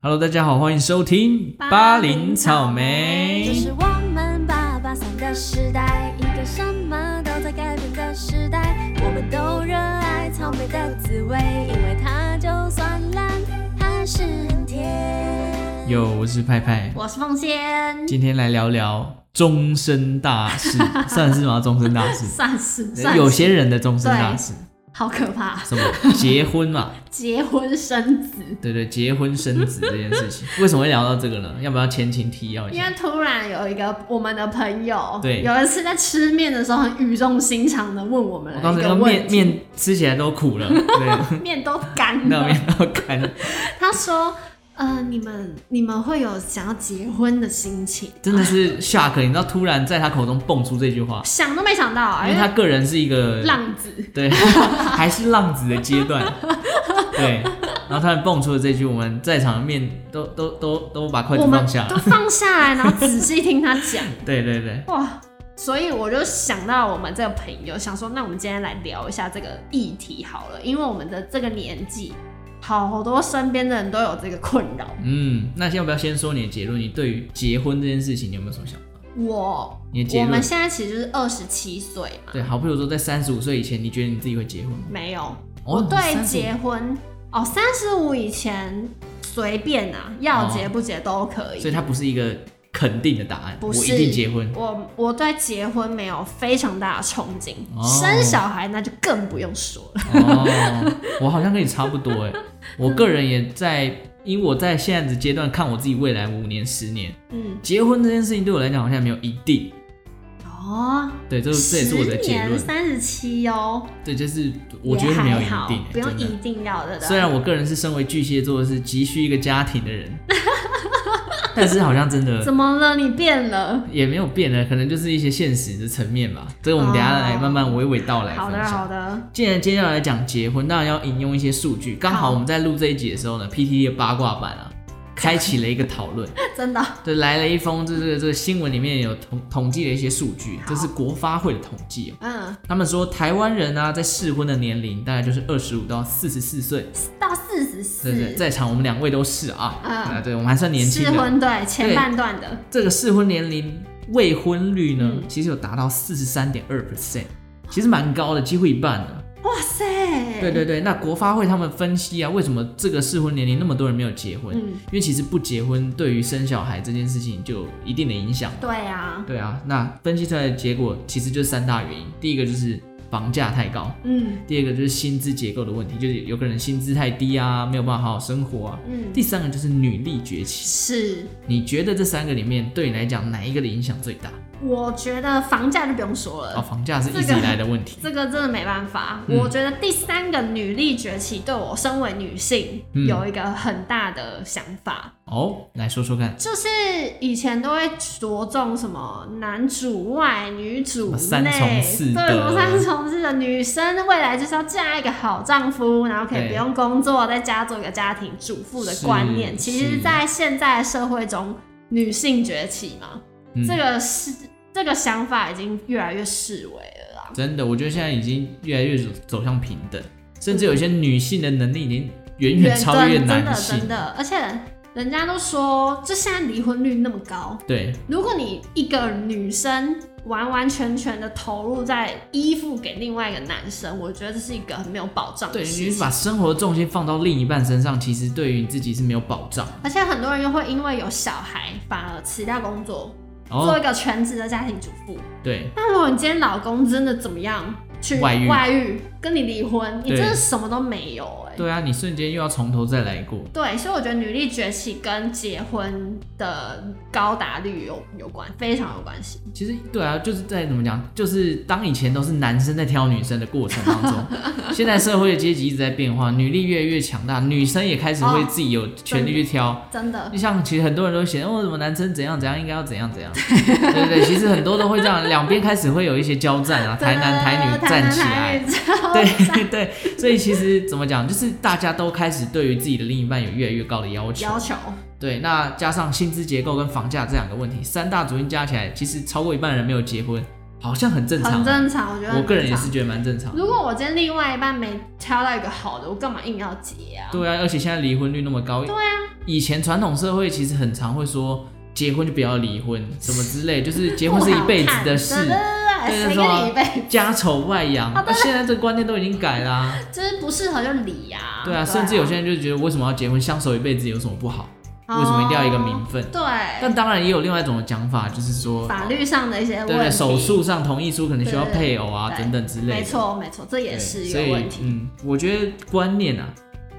Hello，大家好，欢迎收听巴巴林林草草莓这莓。是我们八八三的时代，一个什么都在改变的时代。我们都热爱草莓的滋味，因为它就算烂，还是很甜。有，我是派派，我是凤仙，今天来聊聊终身大 事，算是吗？终身大事，算是 算是有些人的终身大事，好可怕，什么结婚嘛，结婚生子，对对，结婚生子这件事情， 为什么会聊到这个呢？要不要前情提要一因下为？突然有一个我们的朋友，对有一次在吃面的时候，很语重心长的问我们我了刚一才个那问面题，面吃起来都苦了，对， 面都干那了，面都干了，他说。呃，你们你们会有想要结婚的心情，真的是 shock，你知道，突然在他口中蹦出这句话，想都没想到啊，因为他个人是一个浪子，对， 还是浪子的阶段。对，然后他们蹦出了这句，我们在场的面都都都都把筷我子们放下都了。放 下来，然后仔细听他讲，对对对，哇！所以我就想到我们这个朋友，想说，那我们今天来聊一下这个议题好了，因为我们的这个年纪，好多身边的人都有这个困扰。嗯，那要不要先说你的结论？你对于结婚这件事情，你有没有什么想法？我你的结我论们？现在其实就是二十七岁嘛，对，好，比如说在三十五岁以前，你觉得你自己会结婚吗？没有哦我对35结婚哦，三十五以前随便啊，要哦结不结都可以。所以它不是一个肯定的答案，不我是一定结婚。我我对结婚没有非常大的憧憬，哦生小孩那就更不用说了。哦，我好像跟你差不多哎，我个人也在，因为我在现在的阶段看我自己未来五年、十年，嗯，结婚这件事情对我来讲好像没有一定。哦，对，这这也是我的结论。三十七哦，对，就是我觉得没有一也还好定、欸，不用真的一定啊要的。虽然我个人是身为巨蟹座是急需一个家庭的人， 但是好像真的怎么了？你变了？也没有变了，可能就是一些现实的层面吧。这个我们等一下来慢慢娓娓道来哦好分的，好享。的， 既然接下来讲结婚，当然要引用一些数据。刚好好我们在录这一集的时候呢，PTT 的八卦版啊，开启了一个讨论。真的对，来了一封，这个这个新闻里面有统统计了一些数据，这好是国发会的统计哦。嗯，他们说台湾人啊，在适婚的年龄大概就是二十五到四十四岁，到四十对对，四，在场我们两位都是啊，嗯啊，对我们还算年轻适的。婚对前半段的，这个适婚年龄未婚率呢，嗯其实有达到四十三点二 percent，其实蛮高的，几乎一半了。哇塞，对，对对，那国发会他们分析啊，为什么这个适婚年龄那么多人没有结婚？嗯，因为其实不结婚对于生小孩这件事情就有一定的影响。对啊，对啊，那分析出来的结果其实就是三大原因，第一个就是房价太高，嗯第二个就是薪资结构的问题，就是有可能薪资太低啊，没有办法好好生活啊。嗯，第三个就是女力崛起，是，你觉得这三个里面对你来讲哪一个的影响最大？我觉得房价就不用说哦，了。房价是这一个直以来的问题。这个真的没办法，嗯我觉得第三个女力崛起对我身为女性嗯有一个很大的想法，哦，来说说看，就是以前都会着重什么男主外女主内，三从四德对，什么三从四德，女生未来就是要嫁一个好丈夫，然后可以对不用工作，在家做一个家庭主妇的观念。是其实，是在现在社会中，女性崛起嘛，嗯这个是这个想法已经越来越式微了啦。真的，我觉得现在已经越来越走走向平等，甚至有一些女性的能力已经远远超越真男真的性真。的，而且人家都说，就现在离婚率那么高，对，如果你一个女生完完全全的投入在依附给另外一个男生，我觉得这是一个很没有保障对，的你事把情。生活的重心放到另一半身上，其实对于你自己是没有保障。而且很多人又会因为有小孩，反而辞掉工作，做哦一，个全职的家庭主妇。对，那如果你今天老公真的怎么样，去外遇跟你离婚，你对真的什么都没有哎、对啊，你瞬间又要从头再来过。对，所以我觉得女力崛起跟结婚的高达率有有关，非常有关系。其实对啊，就是在怎么讲，就是当以前都是男生在挑女生的过程当 中，现在社会的阶级一直在变化，女力越来越强大，女生也开始会自己有权利去挑。真的就，像其实很多人都嫌哦，怎么男生怎样怎样，应该要怎样怎样，对对对，其实很多都会这样，两边开始会有一些交战啊，台男台女站起来，来对对，所以其实怎么讲，就是大家都开始对于自己的另一半有越来越高的要求，要求，对，那加上薪资结构跟房价这两个问题，三大主因加起来，其实超过一半人没有结婚，好像很正常很啊。正常，我觉得我很个人也正是常。觉得蛮正常的。如果我今天另外一半没挑到一个好的，我干嘛硬要结啊？对啊，而且现在离婚率那么高，对啊，以前传统社会其实很常会说结婚就不要离婚什么之类，就是结婚是一辈子不好看事，对对对对对，谁那跟种你一辈子？家丑外扬。那、现在这个观念都已经改啦、就是不适合就离呀、对啊，甚至有些人就觉得为什么要结婚，相守一辈子有什么不好？为什么一定要一个名分？对，但当然也有另外一种讲法，就是说，法律上的一些对问对，题，手术上同意书可能需要对对配偶啊对等等之类的。没错没错，这也对是一所以个问题。嗯，我觉得观念啊，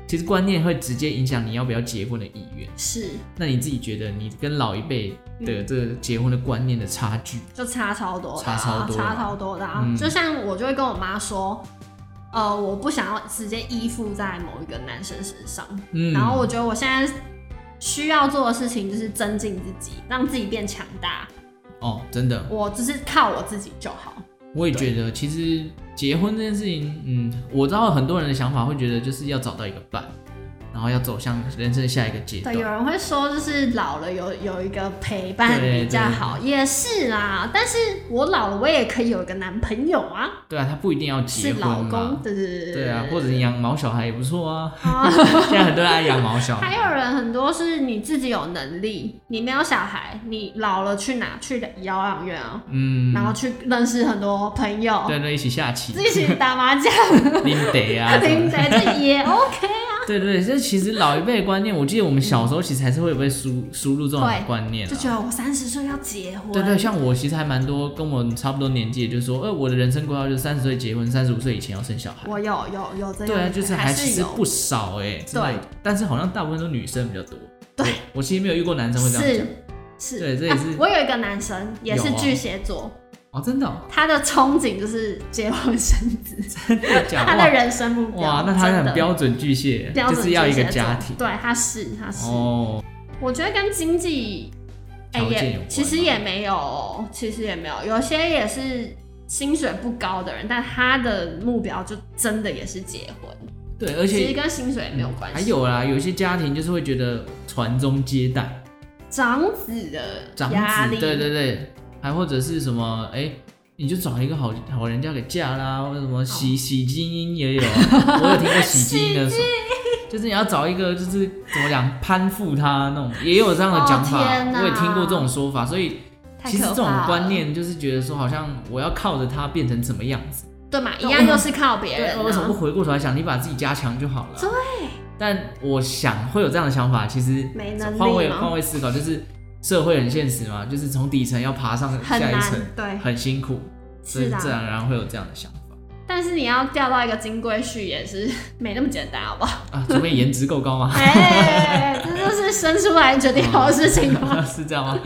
其实观念会直接影响你要不要结婚的意愿。是，那你自己觉得你跟老一辈嗯的这个结婚的观念的差距，就差超多的啊、差超多的差超多的啊！嗯就像我就会跟我妈说，呃，我不想要直接依附在某一个男生身上，嗯，然后我觉得我现在需要做的事情就是增进自己，让自己变强大，哦，真的，我只是靠我自己就好。我也觉得其实结婚这件事情，嗯，我知道很多人的想法会觉得就是要找到一个伴，然后要走向人生下一个阶对，啊段有。人会说就是老了有有一个陪伴比较好，也是啦。但是我老了，我也可以有一个男朋友啊，对啊，他不一定要结是婚老嘛公，。对对对对啊，或者你养毛小孩也不错啊。 啊，现在很多人爱养毛小还孩，有人很多是你自己有能力，你没有小孩，你老了去哪？去疗养院啊，嗯，然后去认识很多朋友，对对，一起下棋，哦自己打麻 将，拎得 啊，什么听的起来这 也 OK。对对，对这其实老一辈的观念，我记得我们小时候其实还是会被输输入这种会观念、就啊。觉得我三十岁要结婚，对对，像我其实还蛮多跟我差不多年纪，就是说，呃，我的人生规划就是三十岁结婚，三十五岁以前要生小孩。我有有有这样，对啊，就是还是是有不少哎、欸，真的对。但是好像大部分都女生比较多。对我，我其实没有遇过男生会这样讲。是是，对这也啊是我有一个男生也是有哦巨蟹座，哦，真的、哦， 他的憧憬就是结婚生子，真的假他的？的人生目标。哇，哇那他真的很标准巨蟹，标准就是要一个巨蟹座家庭。对，他是他是，哦，我觉得跟经济，哎、条件有也关啊其实吗也没有，其实也没有，有些也是薪水不高的人，但他的目标就真的也是结婚，对，而其实且跟薪水也没有关系。还有啦，有一些家庭就是会觉得传宗接代。长子的长压子，力，对对对，还或者是什么，哎、你就找一个好好人家给嫁啦，或者什哦么洗洗精英也有啊、 我有听过洗精英 的，就是你要找一个就是怎么讲攀附他那种，也有这样的讲法，哦天哪我也听过这种说法，所以太其实可这种怕观了念就是觉得说，好像我要靠着他变成什么样子，对嘛，一对样又是靠别对人、，啊，为什么不回过头来想，你把自己加强就好了？对。但我想会有这样的想法，其实没能力换位吗换位思考，就是社会很现实嘛，就是从底层要爬上很下一层，难，对，很辛苦，所以是啊自然而然会有这样的想法但是你要钓到一个金龟婿也是没那么简单，好不 好？啊，除非颜值够高嘛， 哎、这就是生出来决定好的事情 吗？是这样吗？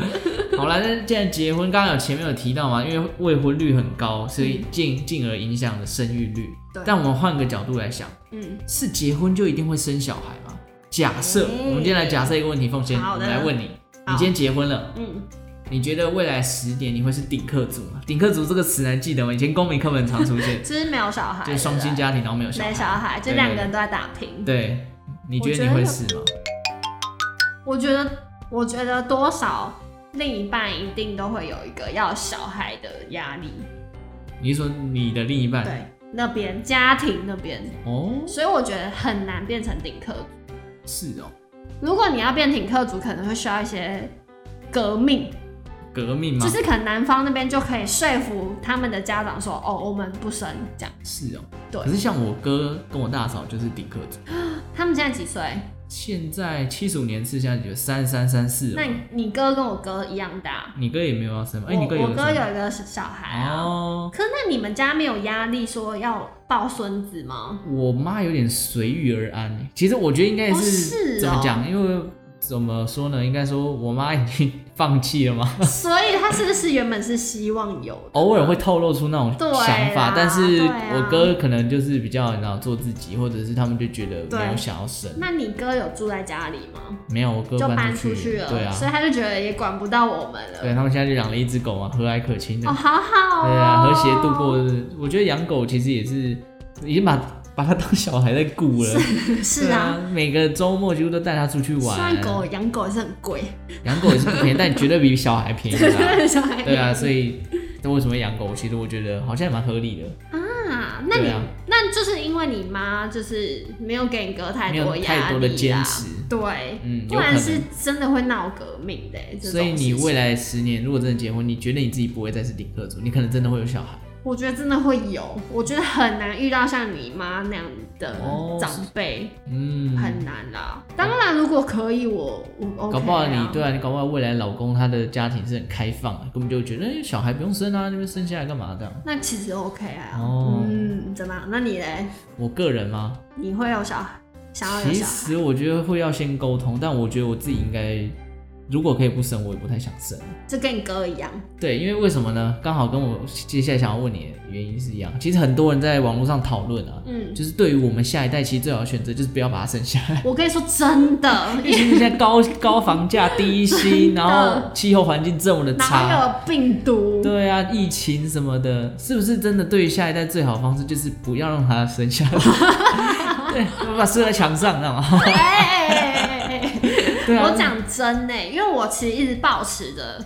好啦，那既然结婚，刚刚有前面有提到嘛，因为未婚率很高，所以进进而影响了生育率嗯对。但我们换个角度来想，嗯，是结婚就一定会生小孩吗？假设、哎我们今天来假设一个问题，凤仙，好我的们来问你，好你今天结婚了，嗯，，你觉得未来十年你会是顶客族吗？顶客族这个词还记得吗？以前公民课本常出现就是没有小孩， 就是双薪对家庭，然后没有不小对，孩。没小孩，就对两个人都在打拼。对，你我觉得觉你得会是吗？我觉得，我觉得多少另一半一定都会有一个要小孩的压力，你是说你的另一半？对，那边家庭那边，哦，所以我觉得很难变成顶客族。是哦，如果你要变顶客族，可能会需要一些革命。革命吗？就是可能男方那边就可以说服他们的家长说，哦，我们不生这样。是哦，对可是像我哥跟我大嫂就是顶客族，他们现在几岁？现在七十五年次，现在有三三三四那了嘛。你你哥跟我哥一样大，你哥也没有要生吗？哎、我你哥有我哥生吗有一个小孩啊。哦，可是那你们家没有压力说要抱孙 子吗？我妈有点随遇而安欸。其实我觉得应该也哦是哦怎么讲，因为怎么说呢？应该说我妈已经 放弃了 嘛，所以他是不是原本是希望有的？偶尔会透露出那种对啦想法，但是对啊我哥可能就是比较你知道做自己，或者是他们就觉得没有对想要生，那你哥有住在家里吗？没有我哥就搬搬去出去了，对所以啊，他就觉得也管不到我们了。对他们现在就养了一只狗嘛，和蔼可亲的，哦，好好哦，对啊，和谐度过日。我觉得养狗其实也是已经把把它当小孩在顾了， 是对啊，啊，每个周末几乎都带它出去虽玩，然狗养狗也是很贵， 养狗也是不便宜，但绝对比小孩便宜啦。小孩对啊，所以那为什么会养狗？其实我觉得好像也蛮合理的，啊，那对你、啊那就是因为你妈就是没有给你哥太没有多压力啦，太多的坚持。对，嗯，不有可然能。是真的会闹革命的欸、这种所以你事情未来十年如果真的结婚，你觉得你自己不会再是顶客族，你可能真的会有小孩。我觉得真的会有，我觉得很难遇到像你妈那样的哦长辈，嗯，很难啦。当然，如果可以，我我 OK 搞不好你啊对啊，你搞不好未来老公他的家庭是很开放的，根本就觉得、哎小孩不用生啊，你们生下来干嘛这样？那其实 OK 啊。哦嗯，怎么样？那你嘞？我个人吗？你会有小孩，想要有其小孩？实我觉得会要先沟通，但我觉得我自己应该，如果可以不生，我也不太想生。就跟你哥一样，对，因为为什么呢？刚好跟我接下来想要问你的原因是一样。其实很多人在网络上讨论啊，嗯，就是对于我们下一代，其实最好的选择就是不要把他生下来。 我跟你说真的，因为现在高高房价、低薪，然后气候环境这么的然后又差，有病毒，对啊，疫情什么的，是不是真的对于下一代最好的方式就是不要让他生 下来？对，我把它射在墙上，知道吗？哎哎哎哎哎对啊，我讲真呢、因为我其实一直保持着，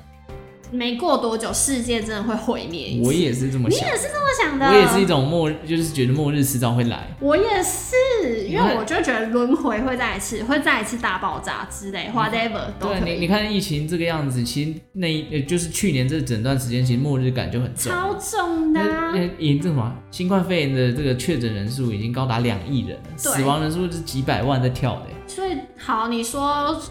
没过多久世界真的会毁灭一啊次。我也是这么你想也，是这啊么想的，我也是一种末，就是觉得末日迟早会来。我也是，因你为看我就觉得轮回会再一次，会再一次大爆炸之类，whatever 都对可你，你以。看疫情这个样子，其实那一呃就是去年这整段时间，其实末日感就很重。超重的、啊那，那引这什么新冠肺炎的这个确诊人数已经高达两亿人了，对死亡人数是几百万在跳的欸、所以好，你说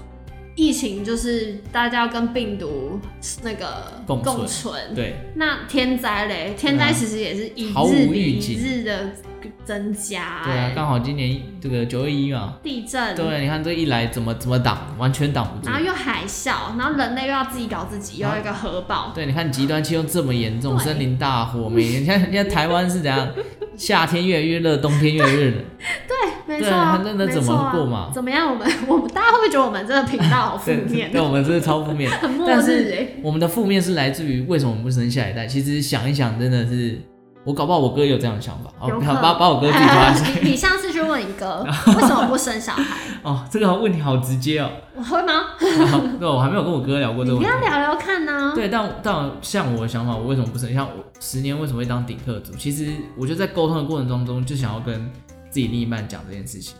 疫情就是大家要跟病毒那个共存存对，那天灾嘞，天灾对啊其实也是一毫无日预比警一日的增加、对啊哎，嗯刚好今年这个九二一嘛，地震，对，啊你看这一来怎么怎么挡，完全挡不住然。后又海啸，然后人类又要自己搞自己，又啊要一个核爆，对，你看极端气候这么严重，对森林大火，每年 像现在台湾是怎样，夏天越来越热，冬天越来越冷，没对错、啊，他那那没怎么错啊过嘛怎么样？我们 我们大家会不会觉得我们这个频道 好负对面，对，我们真的超负面。很末但日是哎、我们的负面是来自于为什么我们不生下一代？其实想一想，真的是我搞不好我哥也有这样的想法，哦有可能把把我哥自己抓 下来。你你下次去问你哥为什么不生小孩，哦，这个问题好直接哦。我会吗？哦对，我还没有跟我哥聊过这你个跟问题他。聊聊看啊呢、对，但但像我的想法，我为什么不生？像我十年为什么会当顶客族？其实我就在沟通的过程当中，就想要跟自己另一半讲这件事情。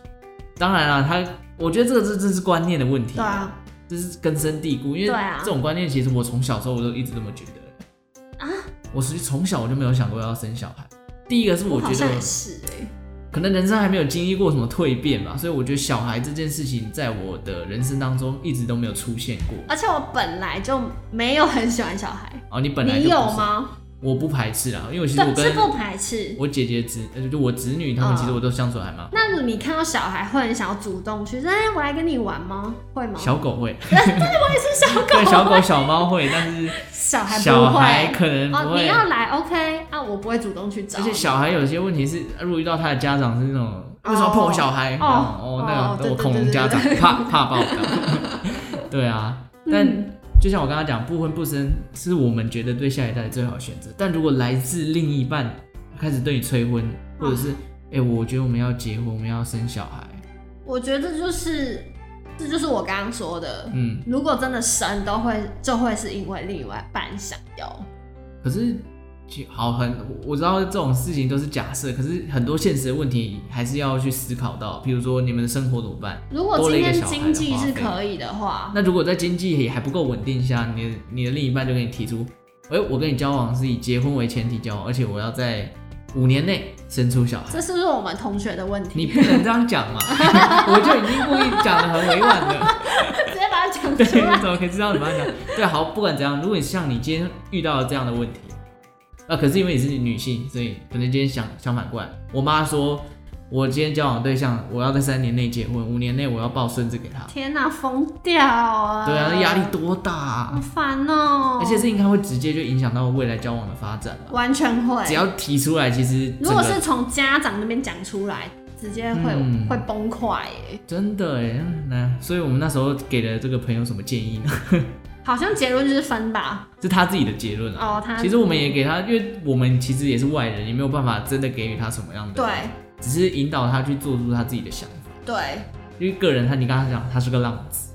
当然啦，他我觉得这个这这是观念的问题，对，啊，这是根深蒂固。因为对啊这种观念，其实我从小时候我都一直这么觉得啊。我实际从小我就没有想过要生小孩。第一个是我我觉好得像也是哎、可能人生还没有经历过什么蜕变吧，所以我觉得小孩这件事情在我的人生当中一直都没有出现过。而且我本来就没有很喜欢小孩，哦，你本来就你有不是？吗？我不排斥啦，因为我其实我对，是跟不排斥。我姐姐侄，呃就我侄女他们，嗯其实我都相处得还蛮好。那你看到小孩会很想要主动去说，哎，我来跟你玩吗？会吗？小狗 会，是小 狗，对小狗小猫会，但是小孩不小孩会。可能不哦，会你。要来，OK 啊，我不会主动去找而你。且小孩有些问题是，呃如果遇到他的家长是那种为什么碰我小孩，哦哦，那哦个对我恐龙对对家 长对对怕怕爆掉。对啊，但嗯就像我刚刚讲，不婚不生是我们觉得对下一代最好的选择。但如果来自另一半开始对你催婚，或者啊是哎、诶我觉得我们要结婚，我们要生小孩，我觉得就是，这就是我刚刚说的。嗯，如果真的生，都会就会是因为另外一半想要。可是其好很，我知道这种事情都是假设，可是很多现实的问题还是要去思考到，比如说你们的生活怎么办？如果多了今一个天小孩的经济花是费可以的话，那如果在经济也还不够稳定下，你的你的另一半就跟你提出，哎、我跟你交往是以结婚为前提交往，而且我要在五年内生出小孩。这是不是我们同学的问题？你不能这样讲嘛！我就已经故意讲的很委婉了。 直接把它讲对，出你来。怎么可以知道怎么样讲？对，好，不管怎样，如果你像你今天遇到了这样的问题，啊，可是因为你是女性，所以可能今天想相反过来。我妈说，我今天交往对象，我要在三年内结婚，五年内我要抱孙子给他。天哪、疯掉啊！对啊，那压力多大、好啊！烦哦、而且这应该会直接就影响到未来交往的发展吧？完全会。只要提出来，其实如果整个是从家长那边讲出来，直接会、嗯会崩坏耶。真的哎，那所以我们那时候给了这个朋友什么建议呢？ 好像结论就是分吧。是他自己的结论啊。哦，他其实我们也给他，因为我们其实也是外人，也没有办法真的给予他什么样的，对，只是引导他去做出他自己的想法。对，因 为个人他，你刚才讲他是个浪子，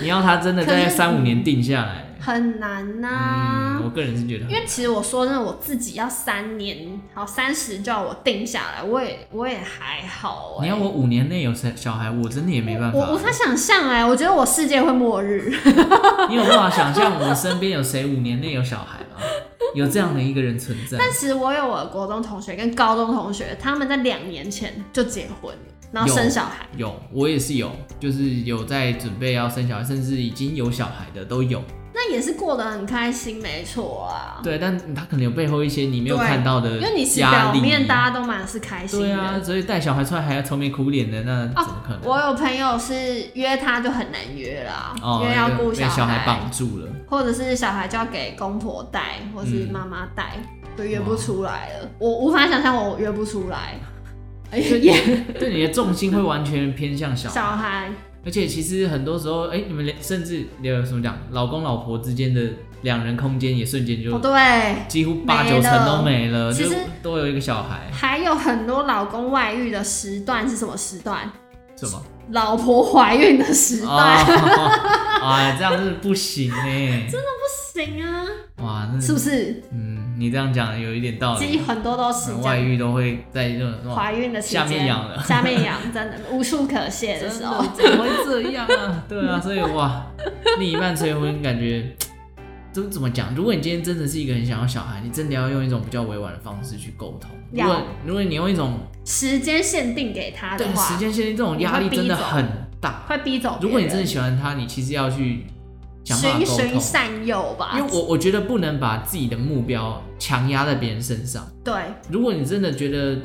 你要他真的在可是啊三五年定下来，很难呐、嗯，我个人是觉得很因为其实我说真的，我自己要三年，好三十就要我定下来，我也我也还好、欸。你要我五年内有小小孩，我真的也没办法。啊我无法想象哎、我觉得我世界会末日。 你有办法想象我身边有谁五年内有小孩吗？有这样的一个人存在？但其实我有我的国中同学跟高中同学，他们在两年前就结婚了，然后有生小孩。有，我也是有，就是有在准备要生小孩，甚至已经有小孩的都有。那也是过得很开心，没错啊。对，但他可能有背后一些你没有对看到的因为你其实压表力。面大家都蛮是开心对的。啊，所以带小孩出来还要愁眉苦脸的，那怎么可能？我有朋友是约他就很难约啦，哦，因为要顾被被小孩，绑住了。或者是小孩就要给公婆带，或是妈妈带，嗯就约不出来了。我无法想象我约不出来， 也对，你的重心会完全偏向小孩。小孩哦而且其实很多时候，哎、你们连甚至有什么讲，老公老婆之间的两人空间也瞬间哦就对，几乎八九成都没了，其就实都有一个小孩，还有很多老公外遇的时段是什么时段？什么？老婆怀孕的时哦，段， 哎，这样是不行哎、 不行啊，哇，那是不是？嗯，你这样讲有一点道其理实，很多都是这外样。遇都会在那种哇怀孕的期嗯间，下面痒了下面痒，真的无处可泄的时候，怎么会这样啊？ 对啊，所以哇，另一半催婚感觉。怎怎么讲？如果你今天真的是一个很想要小孩，你真的要用一种比较委婉的方式去沟通。如要果如果你用一种时间限定给他的对话，时间限定这种压力真的很大。会逼走别人。如果你真的喜欢他，你其实要去想办法循沟循通，善诱吧，因为我我觉得不能把自己的目标强压在别人身上。对，如果你真的觉得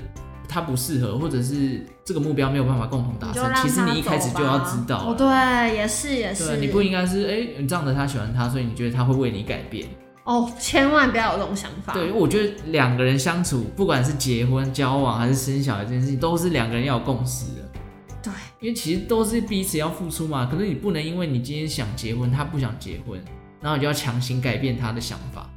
他不适合，或者是这个目标没有办法共同达你就成让，其实他你一开始走就要吧知道了哦，对，也是也是，对，你不应该是哎、你仗着他喜欢他，所以你觉得他会为你改变。哦，千万不要有这种想法。对，因为我觉得两个人相处，不管是结婚、交往还是生小孩这件事情，都是两个人要有共识的。对，因为其实都是彼此要付出嘛。可是你不能因为你今天想结婚，他不想结婚，然后你就要强行改变他的想法。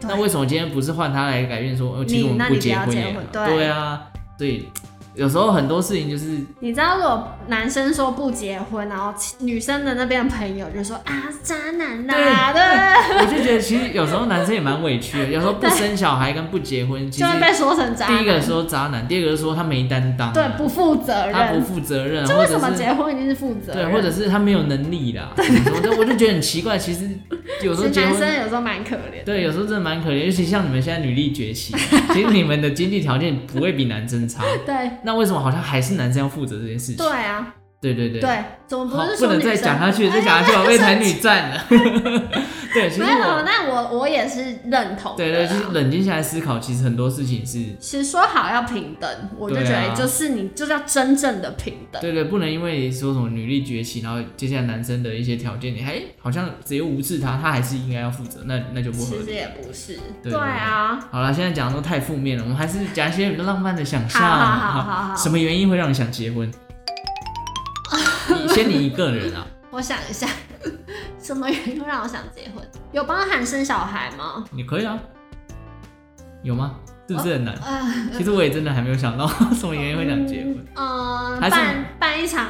对那为什么今天不是换他来改变说，哦，其实你我们那你不结要婚结也好婚？对对啊，所以有时候很多事情就是你知道，如果男生说不结婚，然后其女生的那边的朋友就说啊，渣男呐、对，我就觉得，其实有时候男生也蛮委屈的，有时候不生小孩跟不结婚，其就实会被说成渣男。第一个说渣男，第二个说他没担当啊，对，不负责他不任。负责任，就或为者什么是结婚一定是负责对，任？或者是他没有能力啦。我就我就觉得很奇怪，其实有时候其结实男婚生。有时候蛮可怜的。对，有时候真的蛮可怜，尤其像你们现在女力崛起，其实你们的经济条件不会比男生差，对那为什么好像还是男生要负责这件事情？对啊，对对对，对，怎么好不不是说能女再生？哎讲下去，再讲下去我被台女占了。 对，其实没有，我那我我也是认同的对啦。对，就是冷静下来思考，其实很多事情是其实说好要平等，我就觉对啊得就是你就叫真正的平等。对对，不能因为说什么女力崛起，然后接下来男生的一些条件，你还好像只有无视他，他还是应该要负责，那那就不合其实理。也不是，对对啊，好了，现在讲的都太负面了，我们还是讲一些比较浪漫的想象。好好好好好什么原因会让你想结婚？你先你一个人啊，我想一下， 什么原因会让我想结婚？有包含生小孩吗？你可以啊，有吗？是不是很难？呃，其实我也真的还没有想到什么原因会想结婚。嗯，还是呃办办一场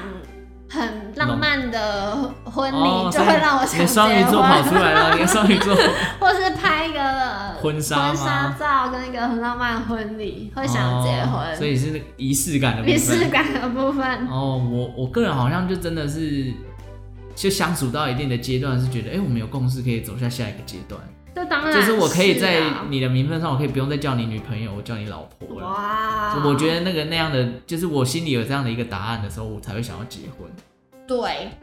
很浪漫的婚哦礼，就会让我你想的双结鱼座跑婚，出来了，你的双鱼座或是拍一个婚纱吗婚纱照跟一个很浪漫的婚礼，会想结哦所婚。以是那个仪式感的部分。仪式感的部分，哦，我我个人好像就真的是，就相处到一定的阶段，是觉得，哎、我们有共识可以走下下一个阶段，这当然就是我可以在是啊你的名分上，我可以不用再叫你女朋友，我叫你老婆了。哇就我觉得那个那样的，就是我心里有这样的一个答案的时候，我才会想要结婚。对，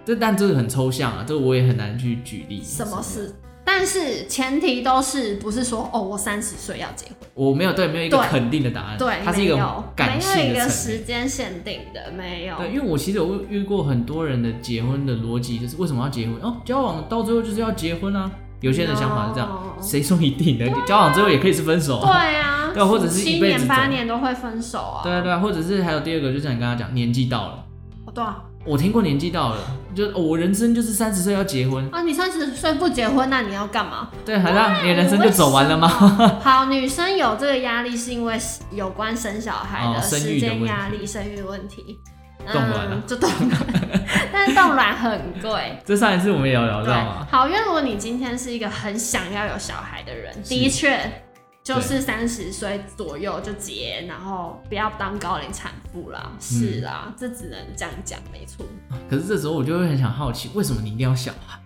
这但这个很抽象啊，这个我也很难去举例。什么是？事？但是前提都是不是说哦，我三十岁要结婚？我没有对，没有一个对肯定的答案。对，啊它是一没个有感没有性一的个层面时间限定的，没有。对，因为我其实有遇过很多人的结婚的逻辑，就是为什么要结婚？哦，交往到最后就是要结婚啊。有些人的想法是这样， No 谁说一定的？交往最后也可以是分手对啊。啊，对或者是一七辈子年八走年都会分手啊。对啊对啊，或者是还有第二个，就像你刚刚讲，年纪到了。哦对啊，我听过年纪到了，就、哦我人生就是三十岁要结婚，啊，你三十岁不结婚，那你要干嘛？对，好像你的人生就走完了吗？吗？ 好，女生有这个压力是因为有关生小孩哦的生时育的间问压题力、生育问题。冻卵啊嗯，就冻卵， 但是冻卵很 贵。这上一次我啊们也有聊对到嘛，，好，因为如果你今天是一个很想要有小孩的人，是的确就是三十岁左右就结，然后不要当高龄产妇啦，嗯是啦，这只能这样讲，没错。可是这时候我就会很想好奇，为什么你一定要小孩？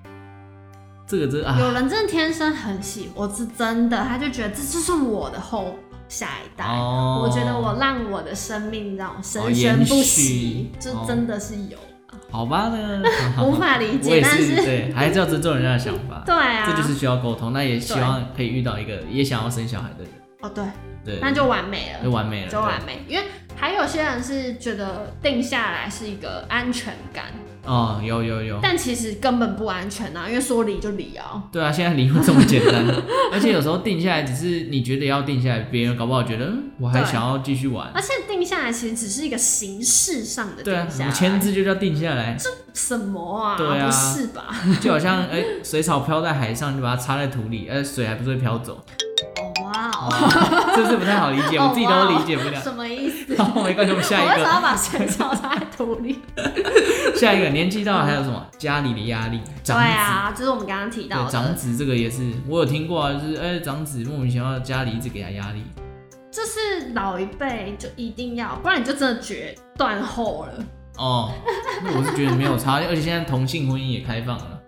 这个真的有啊，人真的天生很喜，我是真的，他就觉得这就是我的后下一代。哦我觉得我让我的生命让我哦生生延不续息，这哦真的是有、好吧 呢，无法理哦我解，也但是是 对，还是要尊重人家的想法， 对啊，这就是需要沟通。那也希望可以遇到一个也想要生小孩的人，哦对，对，那就啊完美了就。完美了，就完美，因为还有些人是觉得定下来是一个安全感，对哦，有有有，但其实根本不安全啊，因为说离就离啊。对啊，现在离婚这么简 单，而且有时候定下来只是你觉得要定下来，别人搞不好觉得嗯我还对想要继续玩而，且定下来其实只是一个形式上的对啊，定什下么来，签字就叫定下来，什么啊？对啊不是吧？就好像哎、水草漂在海上，你把它插在土里，哎、水还不是会飘走，哦哇哦哦，是不是不太好理 解？我自己都理解不了。什么意 思？好，没关系，我们下我为一什么个，要把水草插在土 里？下一个年纪到了还有什么？家里的压力，对长子，啊，就是我们刚刚提到对长的，子这个也是，我有听过啊，就是哎、长子莫名其妙家里一直给他压力，就是老一辈就一定要，不然你就真的决断后了。哦，那我是觉得没有差， 而且现在同性婚姻也开放了，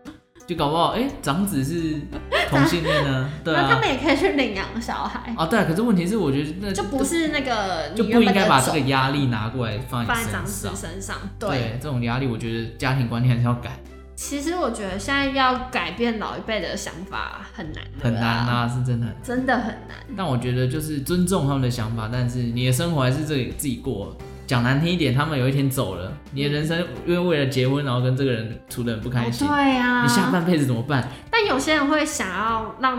就搞不好哎、长子是同性恋 呢，对那他啊们，也可以去领养小孩，啊对啊，可是问题是我觉得那就不是那个就你不原应本的该把这种个压力拿过来放在放你在长身子上，身上。对，对这种压力，我觉得家庭观念还是要改，其实我觉得现在要改变老一辈的想法很难的啦，很难啊，是真的很难。真的很难。但我觉得就是尊重他们的想法，但是你的生活还是自己自己过。讲难听一点，他们有一天走了，你的人生因为为了结婚，然后跟这个人处得很不开心，哦对呀、你下半辈子怎么办？但有些人会想要让，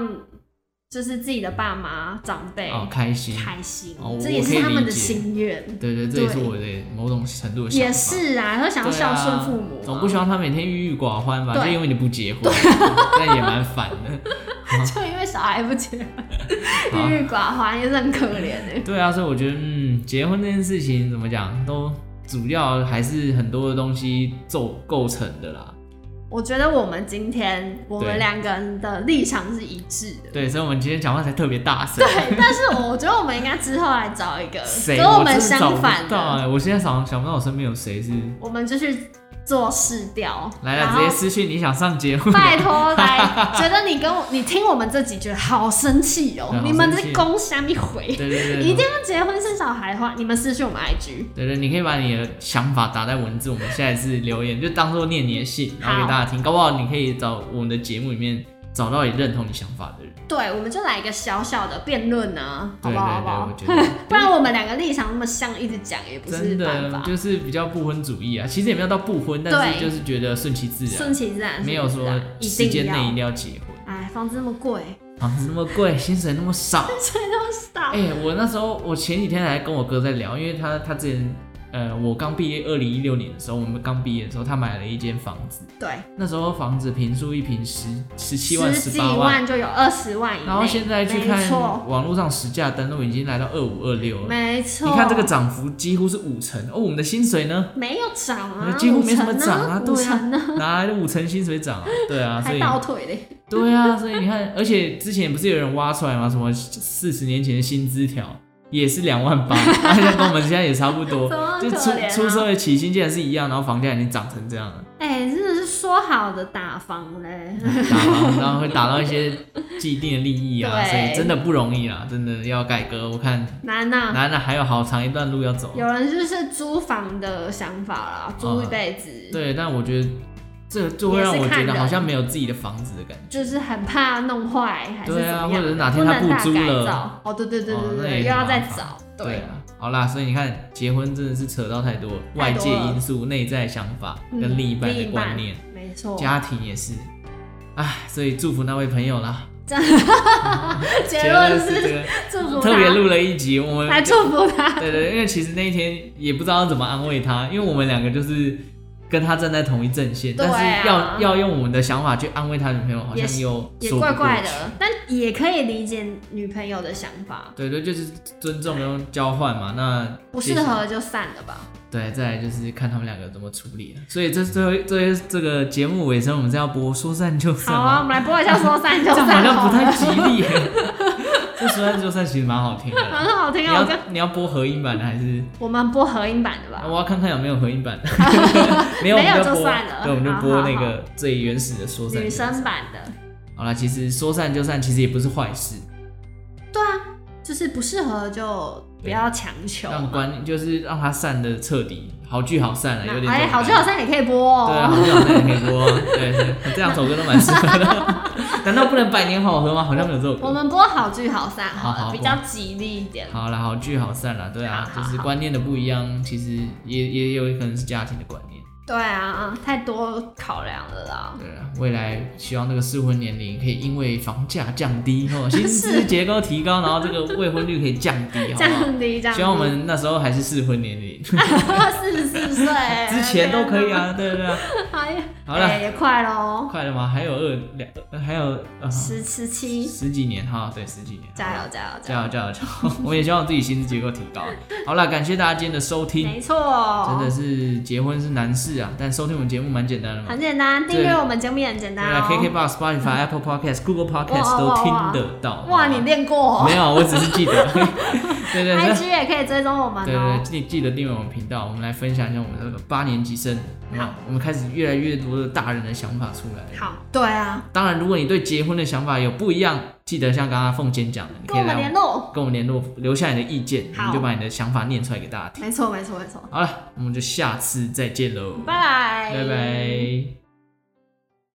就是自己的爸妈长辈、哦，开心。开心，哦这也我可是以他们的理解心愿。对对，这对也是我的某种程度的想法。也是啊，会想要对孝顺父母、啊，总不希望他每天郁郁寡欢吧？对就因为你不结婚， 但也蛮烦的。 就因为小孩不结婚，好郁郁寡欢，也是很可怜欸的、对啊，所以我觉得，嗯，结婚这件事情怎么讲，都主要还是很多的东西构构成的啦。我觉得我们今天我们对两个人的立场是一致 的。对，所以我们今天讲话才特别大声。对，但是我觉得我们应该之后来找一个谁？跟我们真的找相不反到的，哎，我现在想想不到我身边有谁是。我们就去做试调，来然来，后直接私信你想上节 目的，拜托来，觉得你跟我你听我们这集觉得好生气哦、对好你们生在气攻虾米回？对对对，一定要结婚生小孩的话，你们私讯我们 IG。对对，你可以把你的想法打在文字，我们下一次留言就当做念你的信，然后给大家听。搞不好你可以找我们的节目里面找到也认同你想法的人。对，我们就来一个小小的辩论呢，好对不对好？好不对，好我？觉得不然我们两个立场那么像，一直讲也不 是真办的法。就是比较不婚主义啊，其实也没有到不婚，但是对就是觉得顺其自顺然，其自然，没有说顺其自时然间内一一定定要。要结婚。哎，房子那么贵， 房子那么贵，薪水那么少， 所以都少。哎、我那时候我前几天还跟我哥在聊，因为他他之前呃我刚毕业，二零一六年的时候，我们刚毕业的时候，他买了一间房子，对，那时候房子平数一平十十七万十十几八万，万就有二十万以内。然后现在去没看错，网络上实价登录已经来到二五二六了，没错。你看这个涨幅几乎是五成，哦，我们的薪水呢没有涨啊，几乎没什么涨啊五对啊成呢，哪来的五成薪水涨啊？对啊，五成呢所还以倒退嘞。对啊，所以你看，而且之前不是有人挖出来吗？什么四十年前的薪资条也是两万 八，大家跟我们现在也差不多，怎么那就么出可怜啊出社会起薪竟然是一样，然后房价已经涨成这样了，哎，真的是说好的打房嘞，打房然后会打到一些既定的利益啊，对所以真的不容易啊，真的要改革，我看难呐。男的还有好长一段路要走。有人就是租房的想法啦，租一辈子，对，但我觉得这就会让我觉得好像没有自己的房子的感觉。就是很怕弄坏还是怎么对啊样，或者是哪天他不能不租了大改造哦，对对对哦对那对，也又很要再麻烦找，对对，啊，好啦，所以你看，结婚真的是扯到太多外太多界了因素、内在想法嗯跟另一半的观念，，没错，家庭也是。唉，所以祝福那位朋友啦。这样 结论论是 是这个，祝福特别他， 录了一集，我来们祝福 他，对对，因为其实那一天也不知道要怎么安慰他，因为我们两个就是跟他站在同一阵线，对啊但是要要用我们的想法去安慰他女朋友，好也像是又也说不怪过怪去。的，但也可以理解女朋友的想法，对对，就是尊重跟交换嘛。那不接适下来合就散了吧。对，再来就是看他们两个怎么处理了。所以嗯这最后这这个节目尾声，我们是要播说散就散好啊，吗？我们来播一下说散 就这样好散像不好太了，吉利。这说散就散其实蛮好听的啦。 很好你听啊，我跟要你要播合音版的还是？我们播合音版的吧我。要看看有没有合音 版的。没没有我们就就播算了对，我们就好播好那好个最原始的说散。女生版的，好啦，其实说散就散，其实也不是坏事。就是不适合就不要强求啊嘛。让观就是让它散的彻底，好聚好散了，啊有点这种哎，好聚感好觉散，你可以播对啊，哦。好聚好散也可以播啊，对对，这两首歌都蛮适合的。 难道不能百年好合吗？好像没有这首我歌。们播好聚好散好好好了，比较吉利一点。好啦，好聚好散啦，对啊，好就好是观念的不一样，其实也也有可能是家庭的观念。对啊，太多考量了啦。对啊，未来希望这个适婚年龄可以因为房价降低，哦，薪资结构提高，然后这个未婚率可以降低，好这不好？样低，这样低。希望我们那时候还是适婚年龄， 四十四岁之前都可以。啊，对对啊。哎，好了哎也快喽，快了吗？还有二两，呃还有呃十十七，十几年哈，对，十几年。加油加油加油加油加油！我也希望自己薪资结构提高。好啦，感谢大家今天的收油！听，没错，真的是结婚是难事啊，但收听我们节目蛮简单的嘛很。简单，订阅我们节目也很简对单啊哦。 ，KKBox、Spotify、Apple Podcast、Google 哇 Podcast 哇都哇听哇得到。哇，你练过哦没有？我只是记得。 对对对？IG 也可以追踪我们对哦对，。记记得订阅我们频道，我们来分享一下我们这个八年级生，有没有？我们开始越来越多的大人的想法出来了。好，对啊，当然，如果你对结婚的想法有不一样，记得像刚刚凤姐讲的，你跟可以我们来联络。跟我们联络，留下你的意见，我好们就把你的想法念出来给大家听。没错，没错，没错。好了，我们就下次再见喽，拜拜，拜拜